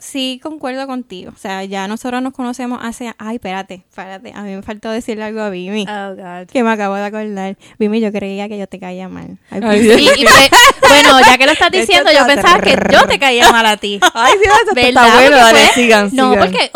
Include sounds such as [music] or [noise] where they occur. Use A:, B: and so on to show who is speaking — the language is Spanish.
A: sí concuerdo contigo. O sea, ya nosotros nos conocemos hace. Ay, espérate, espérate. A mí me faltó decirle algo a Vimi.
B: Oh, God.
A: Que me acabo de acordar. Vimi, yo creía que yo te caía mal. Al
C: Ay,
A: principio.
B: Y- y pe- bueno, ya que lo estás
C: Esto
B: diciendo,
C: está
B: yo pensaba que yo te caía mal a ti.
C: [laughs] Ay, sí, esto está
B: ¿Verdad?
C: bueno,
B: Porque
C: dale,
B: fue-
C: sigan,
B: No,
C: sigan.
B: porque,